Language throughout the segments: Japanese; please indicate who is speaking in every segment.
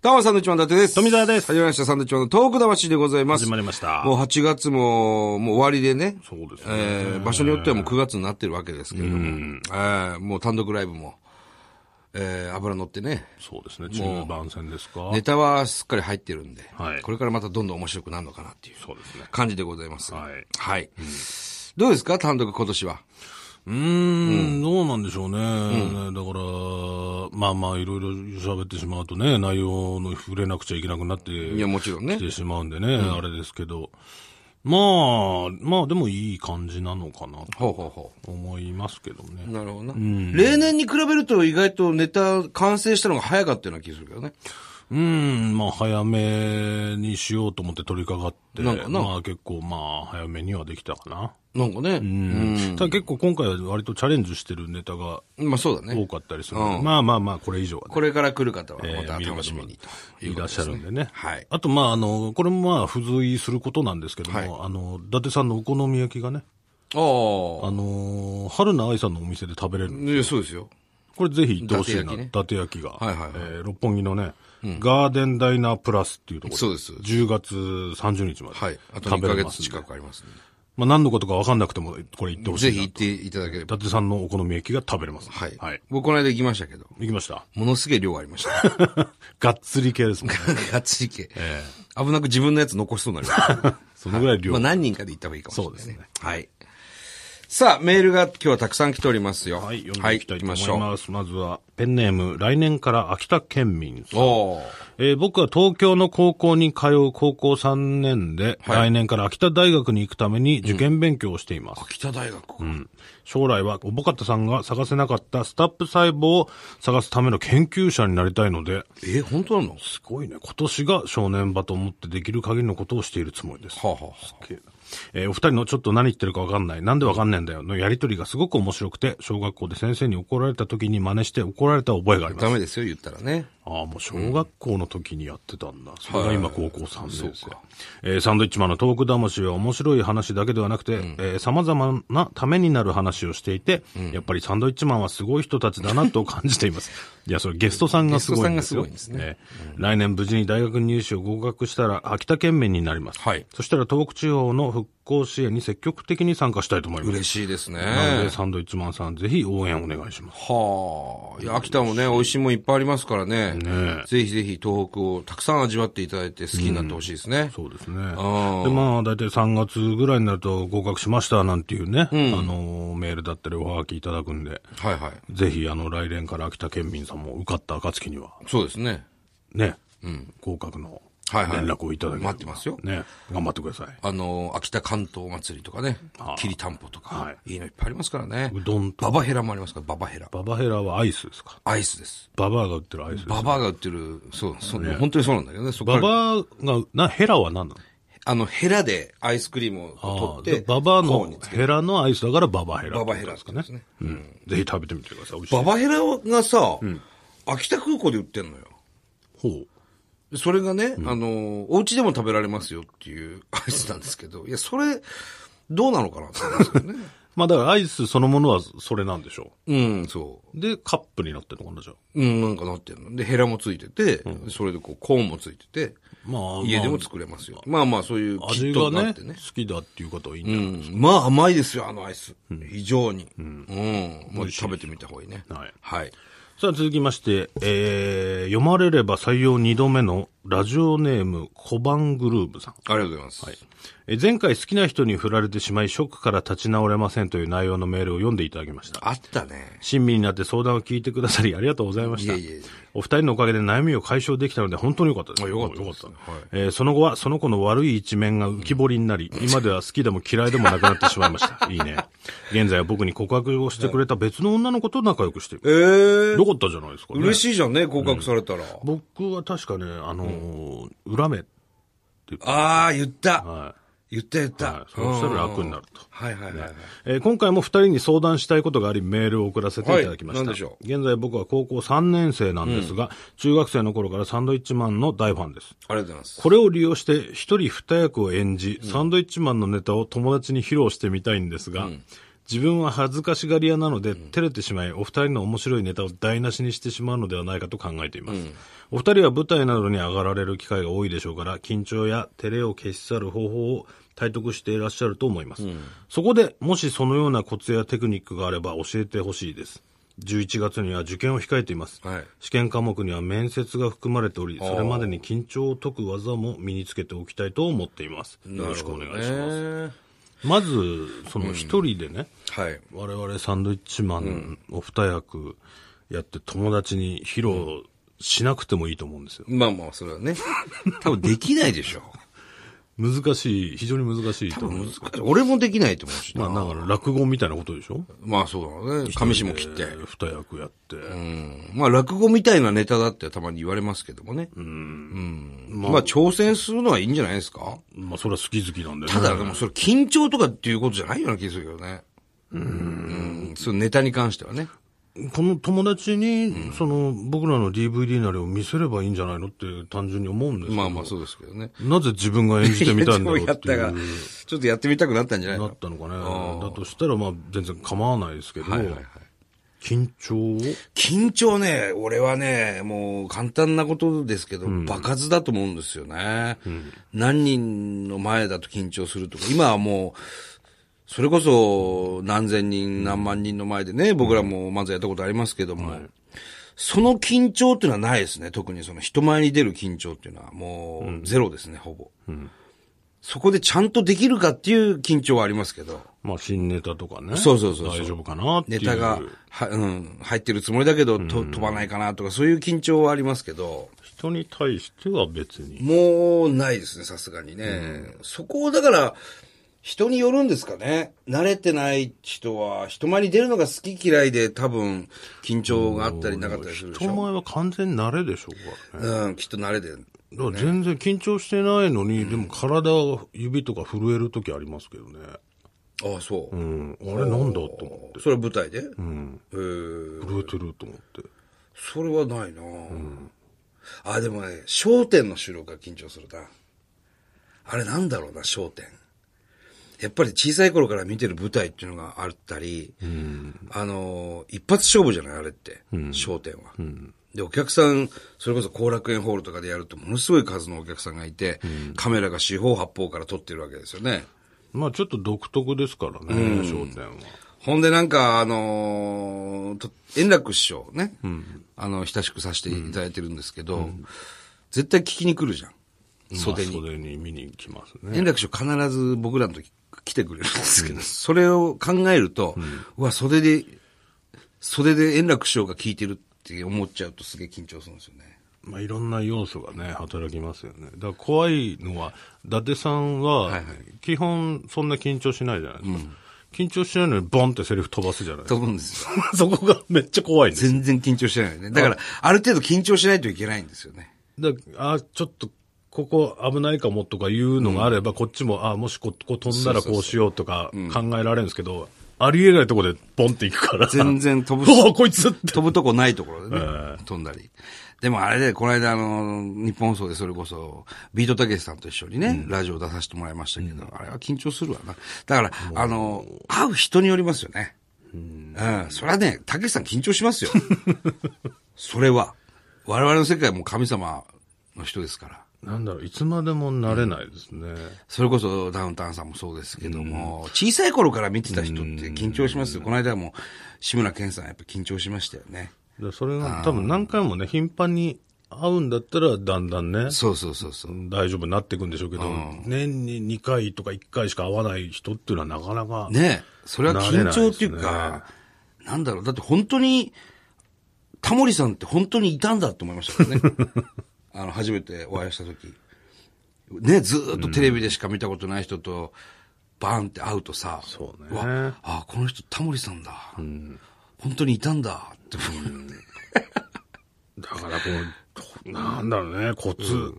Speaker 1: どうも、サンドウィッチマン伊達です。
Speaker 2: 富澤です
Speaker 1: 始まりました、サンドウィッチマンのトーク魂でございます。
Speaker 2: 始まりました
Speaker 1: もう8月も、もう終わりでね。
Speaker 2: そうですね
Speaker 1: えー場所によってはもう9月になってるわけですけれども、えーもう単独ライブも、えー油乗ってね、
Speaker 2: そうですね。中盤戦ですか。
Speaker 1: ネタはすっかり入ってるんで、
Speaker 2: はい
Speaker 1: これからまたどんどん面白くなるのかなっていう
Speaker 2: そうですね。
Speaker 1: 感じでございます。
Speaker 2: はい
Speaker 1: はい。どうですか、単独今年は。
Speaker 2: うーん、どうなんでしょうね。ねだから、まあまあ、いろいろ喋ってしまうとね、内容の触れなくちゃいけなくなって
Speaker 1: いや、
Speaker 2: き
Speaker 1: もちろんね。
Speaker 2: てしまうんでね、あれですけど。まあ、まあでもいい感じなのかなと
Speaker 1: ほうほうほ
Speaker 2: 思いますけど
Speaker 1: う。
Speaker 2: ね。
Speaker 1: なるほどな。例年に比べると意外とネタ完成したのが早かったような気がするけどね。
Speaker 2: うん、まあ早めにしようと思って取り掛かって、
Speaker 1: なんかな
Speaker 2: まあ結構まあ早めにはできたかな。
Speaker 1: なんかね。
Speaker 2: うん、ただ結構今回は割とチャレンジしてるネタが
Speaker 1: まあそうだ
Speaker 2: 多
Speaker 1: ね。
Speaker 2: かったりするので、まあまあまあ、これ以上はね
Speaker 1: これから来る方は
Speaker 2: え
Speaker 1: ま
Speaker 2: ー
Speaker 1: た
Speaker 2: 見る方も
Speaker 1: 楽しみにという
Speaker 2: い
Speaker 1: こ
Speaker 2: らっ
Speaker 1: と
Speaker 2: しゃるんでね。
Speaker 1: はい
Speaker 2: あと、まあ、あの、これもまあ、付随することなんですけども、
Speaker 1: はい
Speaker 2: あの、伊達さんのお好み焼きがね、
Speaker 1: あ
Speaker 2: あのー、春菜愛さんのお店で食べれるんで
Speaker 1: あ。いや、そうですよ。
Speaker 2: これぜひ行ってほしいな、
Speaker 1: 伊達焼きね
Speaker 2: 伊達焼きが。
Speaker 1: はいはいはい
Speaker 2: えー六本木のね、ガーデンダイナープラスっていうところ。
Speaker 1: そうです
Speaker 2: 10月30日まで。
Speaker 1: はい。あと
Speaker 2: 食
Speaker 1: 2
Speaker 2: べ
Speaker 1: ヶ
Speaker 2: れます
Speaker 1: 月
Speaker 2: んで
Speaker 1: 近くありますんで
Speaker 2: まあ、何のことか分かんなくても、これ行ってほしい
Speaker 1: ぜ
Speaker 2: な。
Speaker 1: ひ行っていただけれ
Speaker 2: 伊
Speaker 1: ば。
Speaker 2: 達さんのお好み焼きが食べれますんで。
Speaker 1: はい。
Speaker 2: はい。
Speaker 1: 僕この間行きましたけど、
Speaker 2: 行きました。
Speaker 1: ものすげえ量ありました。
Speaker 2: がっつり系ですもんね。
Speaker 1: がっつり系。危なく自分のやつ残しそうになりました。
Speaker 2: そのぐらい 量。
Speaker 1: まあ何人かで行った方がいいかもしれない、ね。
Speaker 2: そうですね
Speaker 1: はい。さあ、メールが今日はたくさん来ておりますよ。
Speaker 2: はい、読んでいきたいと思い
Speaker 1: は
Speaker 2: ます。まずは、ペンネーム、来年から秋田県民さん
Speaker 1: 行きましょう。おー
Speaker 2: えー僕は東京の高校に通う高校3年で、来年から秋田大学に行くために受験勉強をしています。
Speaker 1: 秋田大学。
Speaker 2: 将来は、おぼかたさんが探せなかったスタップ細胞を探すための研究者になりたいので、
Speaker 1: えー本当なのは
Speaker 2: すごいね。今年が正念場と思ってできる限りのことをしているつもりです。
Speaker 1: あ、はあはあ
Speaker 2: えーお二人のちょっと何言ってるかわかんない、なんでわかんないんだよのやりとりがすごく面白くて、小学校で先生に怒られた時に真似して怒られた覚えがあります
Speaker 1: ダ。メですよ、言ったらね。
Speaker 2: ああ、もう小学校の時にやってたんだ。それが今高校3年生。えーサンドイッチマンのトーク魂は面白い話だけではなくて、えー様々なためになる話をしていて、やっぱりサンドイッチマンはすごい人たちだなと感じています。いや、それゲストさんがすごいんですよ。
Speaker 1: ゲストさんがすごいん
Speaker 2: ね来年無事に大学入試を合格したら秋田県民になります。
Speaker 1: はい
Speaker 2: そしたら東北地方の復興支援に積極的に参加したいと思います。
Speaker 1: 嬉しいですね。
Speaker 2: なので、サンドイッチマンさん、ぜひ応援お願いします。
Speaker 1: はあ。いや、秋田もね、美味しいもんいっぱいありますからね。
Speaker 2: ね
Speaker 1: ぜひぜひ東北をたくさん味わっていただいて好きになってほしいですね。
Speaker 2: そうですね。
Speaker 1: あー
Speaker 2: で、まあ、大体3月ぐらいになると合格しましたなんていうね、あの、メールだったりおはがきいただくんで、
Speaker 1: はいはい。
Speaker 2: ぜひ、あの、来年から秋田県民さんも受かった暁には、
Speaker 1: そうですね。
Speaker 2: ね、合格の
Speaker 1: はいはい
Speaker 2: 連絡をいただければ
Speaker 1: 待ってますよ
Speaker 2: ね、頑張ってください。
Speaker 1: あの、秋田関東祭りとかね
Speaker 2: あ、あ
Speaker 1: きりたんぽとか、、
Speaker 2: はい
Speaker 1: いのいっぱいありますからね。
Speaker 2: うどんと
Speaker 1: ババヘラもありますから、ババヘラ。
Speaker 2: ババヘラはアイスですか
Speaker 1: アイスです。
Speaker 2: ババアが売ってるアイスです。
Speaker 1: バ
Speaker 2: バ
Speaker 1: バアが売ってる、そう、そう、本当にそうなんだけどね、そこから
Speaker 2: バアが、な、ヘラは何なの
Speaker 1: あの、ヘラでアイスクリームを取っ
Speaker 2: で
Speaker 1: て、
Speaker 2: ババア
Speaker 1: コーン
Speaker 2: の
Speaker 1: につけて
Speaker 2: ヘラのアイスだからババヘラ。
Speaker 1: ババヘラですかね。
Speaker 2: うん。ぜひ食べてみてください。美味しい。
Speaker 1: ババヘラがさ、秋田空港で売ってんのよ。
Speaker 2: ほう。
Speaker 1: でそれがね、あの、お家でも食べられますよっていうアイスなんですけど、いや、それ、どうなのかなって思うんですけどね。
Speaker 2: まあ、だからアイスそのものはそれなんでしょう。
Speaker 1: うん、そ
Speaker 2: で、カップになってるのかな、じゃあ。
Speaker 1: う。うん、なんかなってんの。で、ヘラもついてて、それでこう、コーンもついてて、
Speaker 2: まあ、
Speaker 1: 家でも作れますよ。まあまあ、そういう
Speaker 2: まあ
Speaker 1: キ
Speaker 2: 味
Speaker 1: ット
Speaker 2: が
Speaker 1: があ
Speaker 2: ね
Speaker 1: ってね。
Speaker 2: 好きだっていう方はいいんじゃない、
Speaker 1: うんまあ甘いですよ、あのアイス。非常に。うん。もう食べてみた方がいいね。
Speaker 2: はい
Speaker 1: はい。
Speaker 2: さあ、続きまして、えー、読まれれば採用2度目のラジオネーム、小判グルーブさん。
Speaker 1: ありがとうございます。
Speaker 2: えー前回好きな人に振られてしまい、ショックから立ち直れませんという内容のメールを読んでいただきました。
Speaker 1: あったね。
Speaker 2: 親身になって相談を聞いてくださりありがとうございました。
Speaker 1: いえいえいえ
Speaker 2: お二人のおかげで悩みを解消できたので本当に良かったです。
Speaker 1: あ良かったです
Speaker 2: 良
Speaker 1: はい
Speaker 2: えーその後はその子の悪い一面が浮き彫りになり、今では好きでも嫌いでもなくなってしまいま した。いいね。現在は僕に告白をしてくれた別の女の子と仲良くしてい
Speaker 1: ええ
Speaker 2: る。良かったじゃないですかね。
Speaker 1: 嬉
Speaker 2: い。
Speaker 1: しいじゃんね、合格されたら。
Speaker 2: 僕は確かね、あのー裏目って言って
Speaker 1: ああ、言った。
Speaker 2: は
Speaker 1: 言った言っ
Speaker 2: い。
Speaker 1: た。
Speaker 2: はい。そうしたら楽になると。
Speaker 1: はいはいはいはい。
Speaker 2: えー今回も二人に相談したいことがあり、メールを送らせていただきまし
Speaker 1: は
Speaker 2: た。
Speaker 1: い何でしょう
Speaker 2: 現在僕は高校3年生なんですが、中学生の頃からサンドイッチマンの大ファンです。
Speaker 1: ありがとうございます。
Speaker 2: これを利用して一人二役を演じ、サンドイッチマンのネタを友達に披露してみたいんですが、自分は恥ずかしがり屋なので、照れてしまい、お二人の面白いネタを台無しにしてしまうのではないかと考えています。お二人は舞台などに上がられる機会が多いでしょうから、緊張や照れを消し去る方法を体得していらっしゃると思います。そこで、もしそのようなコツやテクニックがあれば教えてほしいです。11月には受験を控えています。
Speaker 1: はい
Speaker 2: 試験科目には面接が含まれており、それまでに緊張を解く技も身につけておきたいと思っています。よろしくお願いします。
Speaker 1: ね
Speaker 2: まず、その一人でね、
Speaker 1: はい。
Speaker 2: 我々サンドイッチマンを二役やって友達に披露しなくてもいいと思うんですよ。
Speaker 1: まあまあ、それはね。多分できないでしょ。
Speaker 2: 難しい、非常に難しいと思う
Speaker 1: 難。しい。俺もできないと思うしな。
Speaker 2: まあ、だから落語みたいなことでしょ
Speaker 1: まあそうだね。紙芝も切って
Speaker 2: え。ー二役やって。
Speaker 1: うんまあ落語みたいなネタだってたまに言われますけどもね。うんまあ挑戦するのはいいんじゃないですか
Speaker 2: まあ、それは好き好きなんでね。
Speaker 1: ただでもそれ緊張とかっていうことじゃないような気するけどね。うん。そのネタに関してはね。
Speaker 2: この友達に、その、僕らの DVD なりを見せればいいんじゃないのって単純に思うんですよ。
Speaker 1: まあまあそうですけどね。
Speaker 2: なぜ自分が演じてみたんだろう
Speaker 1: いやでもや
Speaker 2: っ
Speaker 1: って
Speaker 2: い
Speaker 1: たが
Speaker 2: う。、
Speaker 1: ちょっとやってみたくなったんじゃない
Speaker 2: な
Speaker 1: の
Speaker 2: ったのかね。だとしたら、まあ、全然構わないですけど、
Speaker 1: はいはいはい。
Speaker 2: 緊張を
Speaker 1: 緊張ね、俺はね、もう簡単なことですけど、爆発だと思うんですよね。何人の前だと緊張するとか、今はもう、それこそ何千人、何万人の前でね、僕らもまずやったことありますけども、その緊張っていうのはないですね。特にその人前に出る緊張っていうのはもうゼロですね、ほぼ。そこでちゃんとできるかっていう緊張はありますけど。
Speaker 2: まあ、新ネタとかね。
Speaker 1: そうそうそうそう
Speaker 2: 大丈夫かなって
Speaker 1: ネ
Speaker 2: いう。
Speaker 1: タが、は、うん、入ってるつもりだけど、と飛ばないかなとか、そういう緊張はありますけど、
Speaker 2: 人に対しては別に。
Speaker 1: もうないですね、さすがにね。そこをだから、人によるんですかね。慣れてない人は、人前に出るのが好き嫌いで多分、緊張があったりなかったりするでし
Speaker 2: 人
Speaker 1: ょ。
Speaker 2: 前は完全に慣れでしょうからね。
Speaker 1: うん、きっと慣れてる。
Speaker 2: だから全然緊張してないのに、でも体が指とか震える時ありますけどね。
Speaker 1: ああ、そう。
Speaker 2: うん。あれなんだと思って。
Speaker 1: それは舞台で
Speaker 2: うん。
Speaker 1: えー
Speaker 2: 震えてると思って。
Speaker 1: それはないな、あ、でもね、焦点の収録が緊張するな。あれなんだろうな、焦点。やっぱり小さい頃から見てる舞台っていうのがあったり、あの、一発勝負じゃないあれって、焦点は。で、お客さん、それこそ後楽園ホールとかでやるとものすごい数のお客さんがいて、カメラが四方八方から撮ってるわけですよね。
Speaker 2: まあ、ちょっと独特ですからね、焦点は。
Speaker 1: ほんでなんか、あのーと円楽師匠ね、あの、親しくさせていただいてるんですけど、絶対聞きに来るじゃん。袖に。
Speaker 2: まあ袖に見に行きますね。
Speaker 1: 円楽師匠必ず僕らの時来てくれるんですけど、それを考えると、うわ、袖で、袖で円楽師匠が聞いてるって思っちゃうとすげえ緊張するんですよね。
Speaker 2: まあ、いろんな要素がね、働きますよね。だから怖いのは、伊達さん
Speaker 1: は
Speaker 2: はい
Speaker 1: は、
Speaker 2: 基本そんな緊張しないじゃないですか。緊張しないのにボンってセリフ飛ばすじゃないです
Speaker 1: と思うんですよ。
Speaker 2: か。 そこがめっちゃ怖いんです。
Speaker 1: 全然緊張してないよね。だから、ある程度緊張しないといけないんですよね。
Speaker 2: だあ、ちょっと、ここ危ないかもとかいうのがあれば、こっちも、あ、もしここ飛んだらこうしようとか考えられるんですけど、ありえないとこでボンっていくから。
Speaker 1: 全然飛ぶ
Speaker 2: おお、こいつって。
Speaker 1: 飛ぶとこないところで ね、飛んだり。でもあれで、この間あの、日本放送でそれこそ、ビートたけしさんと一緒にね、ラジオ出させてもらいましたけど、あれは緊張するわな。だから、あの、会う人によりますよね。うん。それはね、たけしさん緊張しますよ。 それは。我々の世界はもう神様の人ですから。
Speaker 2: なんだろう、いつまでも慣れないですね。
Speaker 1: それこそダウンタウンさんもそうですけども、小さい頃から見てた人って緊張しますよ。この間も、志村けんさんやっぱ緊張しましたよね。
Speaker 2: でそれが多分何回もね、頻繁に会うんだったら、だんだんね、
Speaker 1: そうそうそうそう。
Speaker 2: 大丈夫になっていくんでしょうけど、年に2回とか1回しか会わない人っていうのはなかなか、
Speaker 1: ねえ、それは緊張っていう
Speaker 2: 慣れない
Speaker 1: か、なんだろう、だって本当に、タモリさんって本当にいたんだって思いましたからね。 あの、初めてお会いした時。ね、ずーっとテレビでしか見たことない人と、バーンって会うとさ、
Speaker 2: そうね
Speaker 1: わあ、この人タモリさんだ。本当にいたんだって思うよね。
Speaker 2: だからこう、なんだろうね、コツ、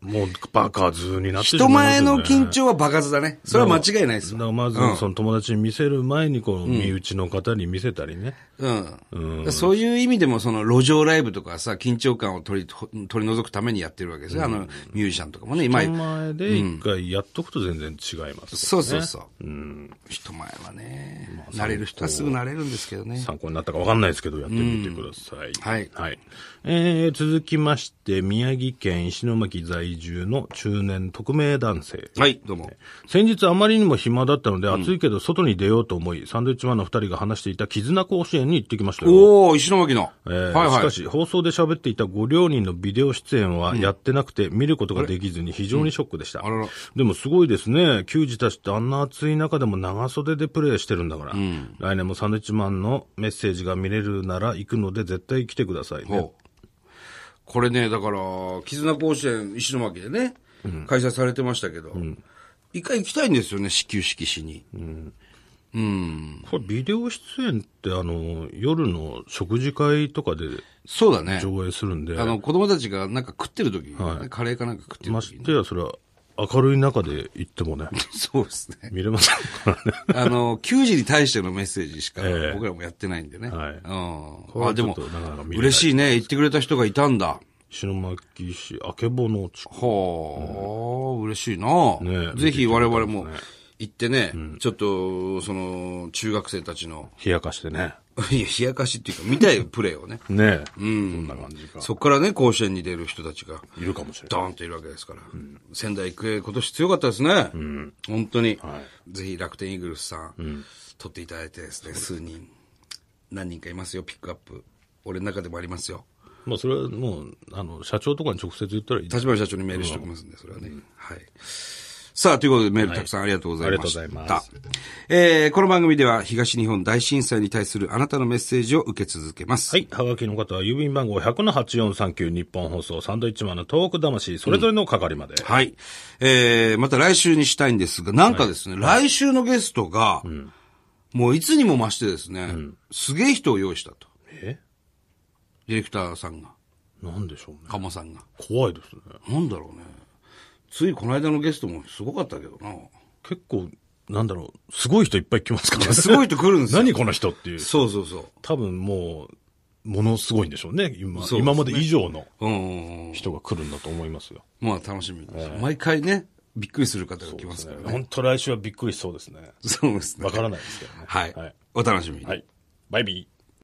Speaker 2: もうバカずになって
Speaker 1: 人
Speaker 2: しまいます
Speaker 1: 前
Speaker 2: よね
Speaker 1: の緊張は場数だね。それは間違いないですよ。
Speaker 2: だからまず、その友達に見せる前に、この身内の方に見せたりね。
Speaker 1: うん。そういう意味でも、その路上ライブとかさ、緊張感を取り、取り除くためにやってるわけですよ。あの、ミュージシャンとかもね、今、
Speaker 2: 人前で一回やっとくと全然違います、
Speaker 1: そうそうそう。人前はね、慣れる人はすぐ慣れるんですけどね。
Speaker 2: 参考になったか分かんないですけど、やってみてください。
Speaker 1: はい
Speaker 2: はい。えー、続きまして、宮城県石巻在住の中年匿名男性。
Speaker 1: はい、どうも。
Speaker 2: 先日あまりにも暇だったので、暑いけど外に出ようと思い、サンドウィッチマンの二人が話していた絆甲子園に行ってきましたよ。
Speaker 1: おお石巻の。
Speaker 2: えー
Speaker 1: はい
Speaker 2: し
Speaker 1: は
Speaker 2: か
Speaker 1: い。
Speaker 2: し、放送で喋っていたご両人のビデオ出演はやってなくて、見ることができずに非常にショックでした。
Speaker 1: あらら
Speaker 2: でもすごいですね。球児たちってあんな暑い中でも長袖でプレーしてるんだから。来年もサンドイッチマンのメッセージが見れるなら行くので絶対来てくださいね。
Speaker 1: ほうこれね、だから、絆甲子園石巻でね、開催されてましたけど、一回行きたいんですよね、始球式しに。
Speaker 2: これビデオ出演ってあの、夜の食事会とかで
Speaker 1: そうだね。
Speaker 2: 上映するんで、
Speaker 1: あの、子供たちがなんか食ってる時にね、カレーかなんか食ってる
Speaker 2: ま
Speaker 1: 時
Speaker 2: し
Speaker 1: に。
Speaker 2: てやそれは明るい中で行って もね、
Speaker 1: そうですね。
Speaker 2: 見れませんから
Speaker 1: あ
Speaker 2: ね。
Speaker 1: の、球児に対してのメッセージしか
Speaker 2: ええ
Speaker 1: 僕らもやってないんでね。
Speaker 2: はい
Speaker 1: うん
Speaker 2: れは
Speaker 1: あ、でも
Speaker 2: ちょっとなかなか見れない、
Speaker 1: 嬉しいね。言ってくれた人がいたんだ。
Speaker 2: 石巻市、あけぼの地区。
Speaker 1: はあ、嬉しいな、
Speaker 2: ねえ
Speaker 1: ぜひ我々
Speaker 2: 見てみ
Speaker 1: も
Speaker 2: たいですね
Speaker 1: 行ってね、ちょっと、その、中学生たちの、
Speaker 2: 冷やかしてね。
Speaker 1: いや、冷やかしっていうか、見たいプレーをね。
Speaker 2: ねえ。うん。そんな感じか。
Speaker 1: そこからね、甲子園に出る人たちが、
Speaker 2: いるかもしれない。
Speaker 1: ドーンといるわけですから。仙台育英、今年強かったですね。本当に、
Speaker 2: は
Speaker 1: ぜひ楽天イーグルスさん、取っていただいてですね、数人。何人かいますよ、ピックアップ。俺の中でもありますよ。
Speaker 2: まあ、それはもう、あの、社長とかに直接言ったらいい。
Speaker 1: 立花社長にメールしておきますんで、それはね。はい。さあ、ということでメールたくさんありがとうございました。
Speaker 2: ありがとうございます
Speaker 1: えー、この番組では東日本大震災に対するあなたのメッセージを受け続けます。
Speaker 2: はい。はがきの方は、郵便番号100-8439日本放送サンドイッチマンのトーク魂、それぞれの係まで。
Speaker 1: はい。えー、また来週にしたいんですが、なんかですね、来週のゲストが、もういつにも増してですね、すげえ人を用意したと。
Speaker 2: え
Speaker 1: ディレクターさんが、
Speaker 2: なんでしょうね。
Speaker 1: 鴨さんが。
Speaker 2: 怖いですね。
Speaker 1: なんだろうね。ついこの間のゲストもすごかったけど な。
Speaker 2: 結構、なんだろう、すごい人いっぱい来ますからね。
Speaker 1: すごい人来るんですよ。
Speaker 2: 何この人っていう。
Speaker 1: そうそうそう。
Speaker 2: 多分もう、ものすごいんでしょうね。
Speaker 1: そ
Speaker 2: 今、
Speaker 1: うですね
Speaker 2: 今まで以上の
Speaker 1: うんうんうん。
Speaker 2: 人が来るんだと思いますよ。
Speaker 1: まあ楽しみです。毎回ね、びっくりする方が来ますからね。
Speaker 2: 本当来週はびっくりしそうですね。
Speaker 1: そうですね。
Speaker 2: わからないですけどね。
Speaker 1: はい
Speaker 2: はい。
Speaker 1: お楽しみに。
Speaker 2: はい。バイビー。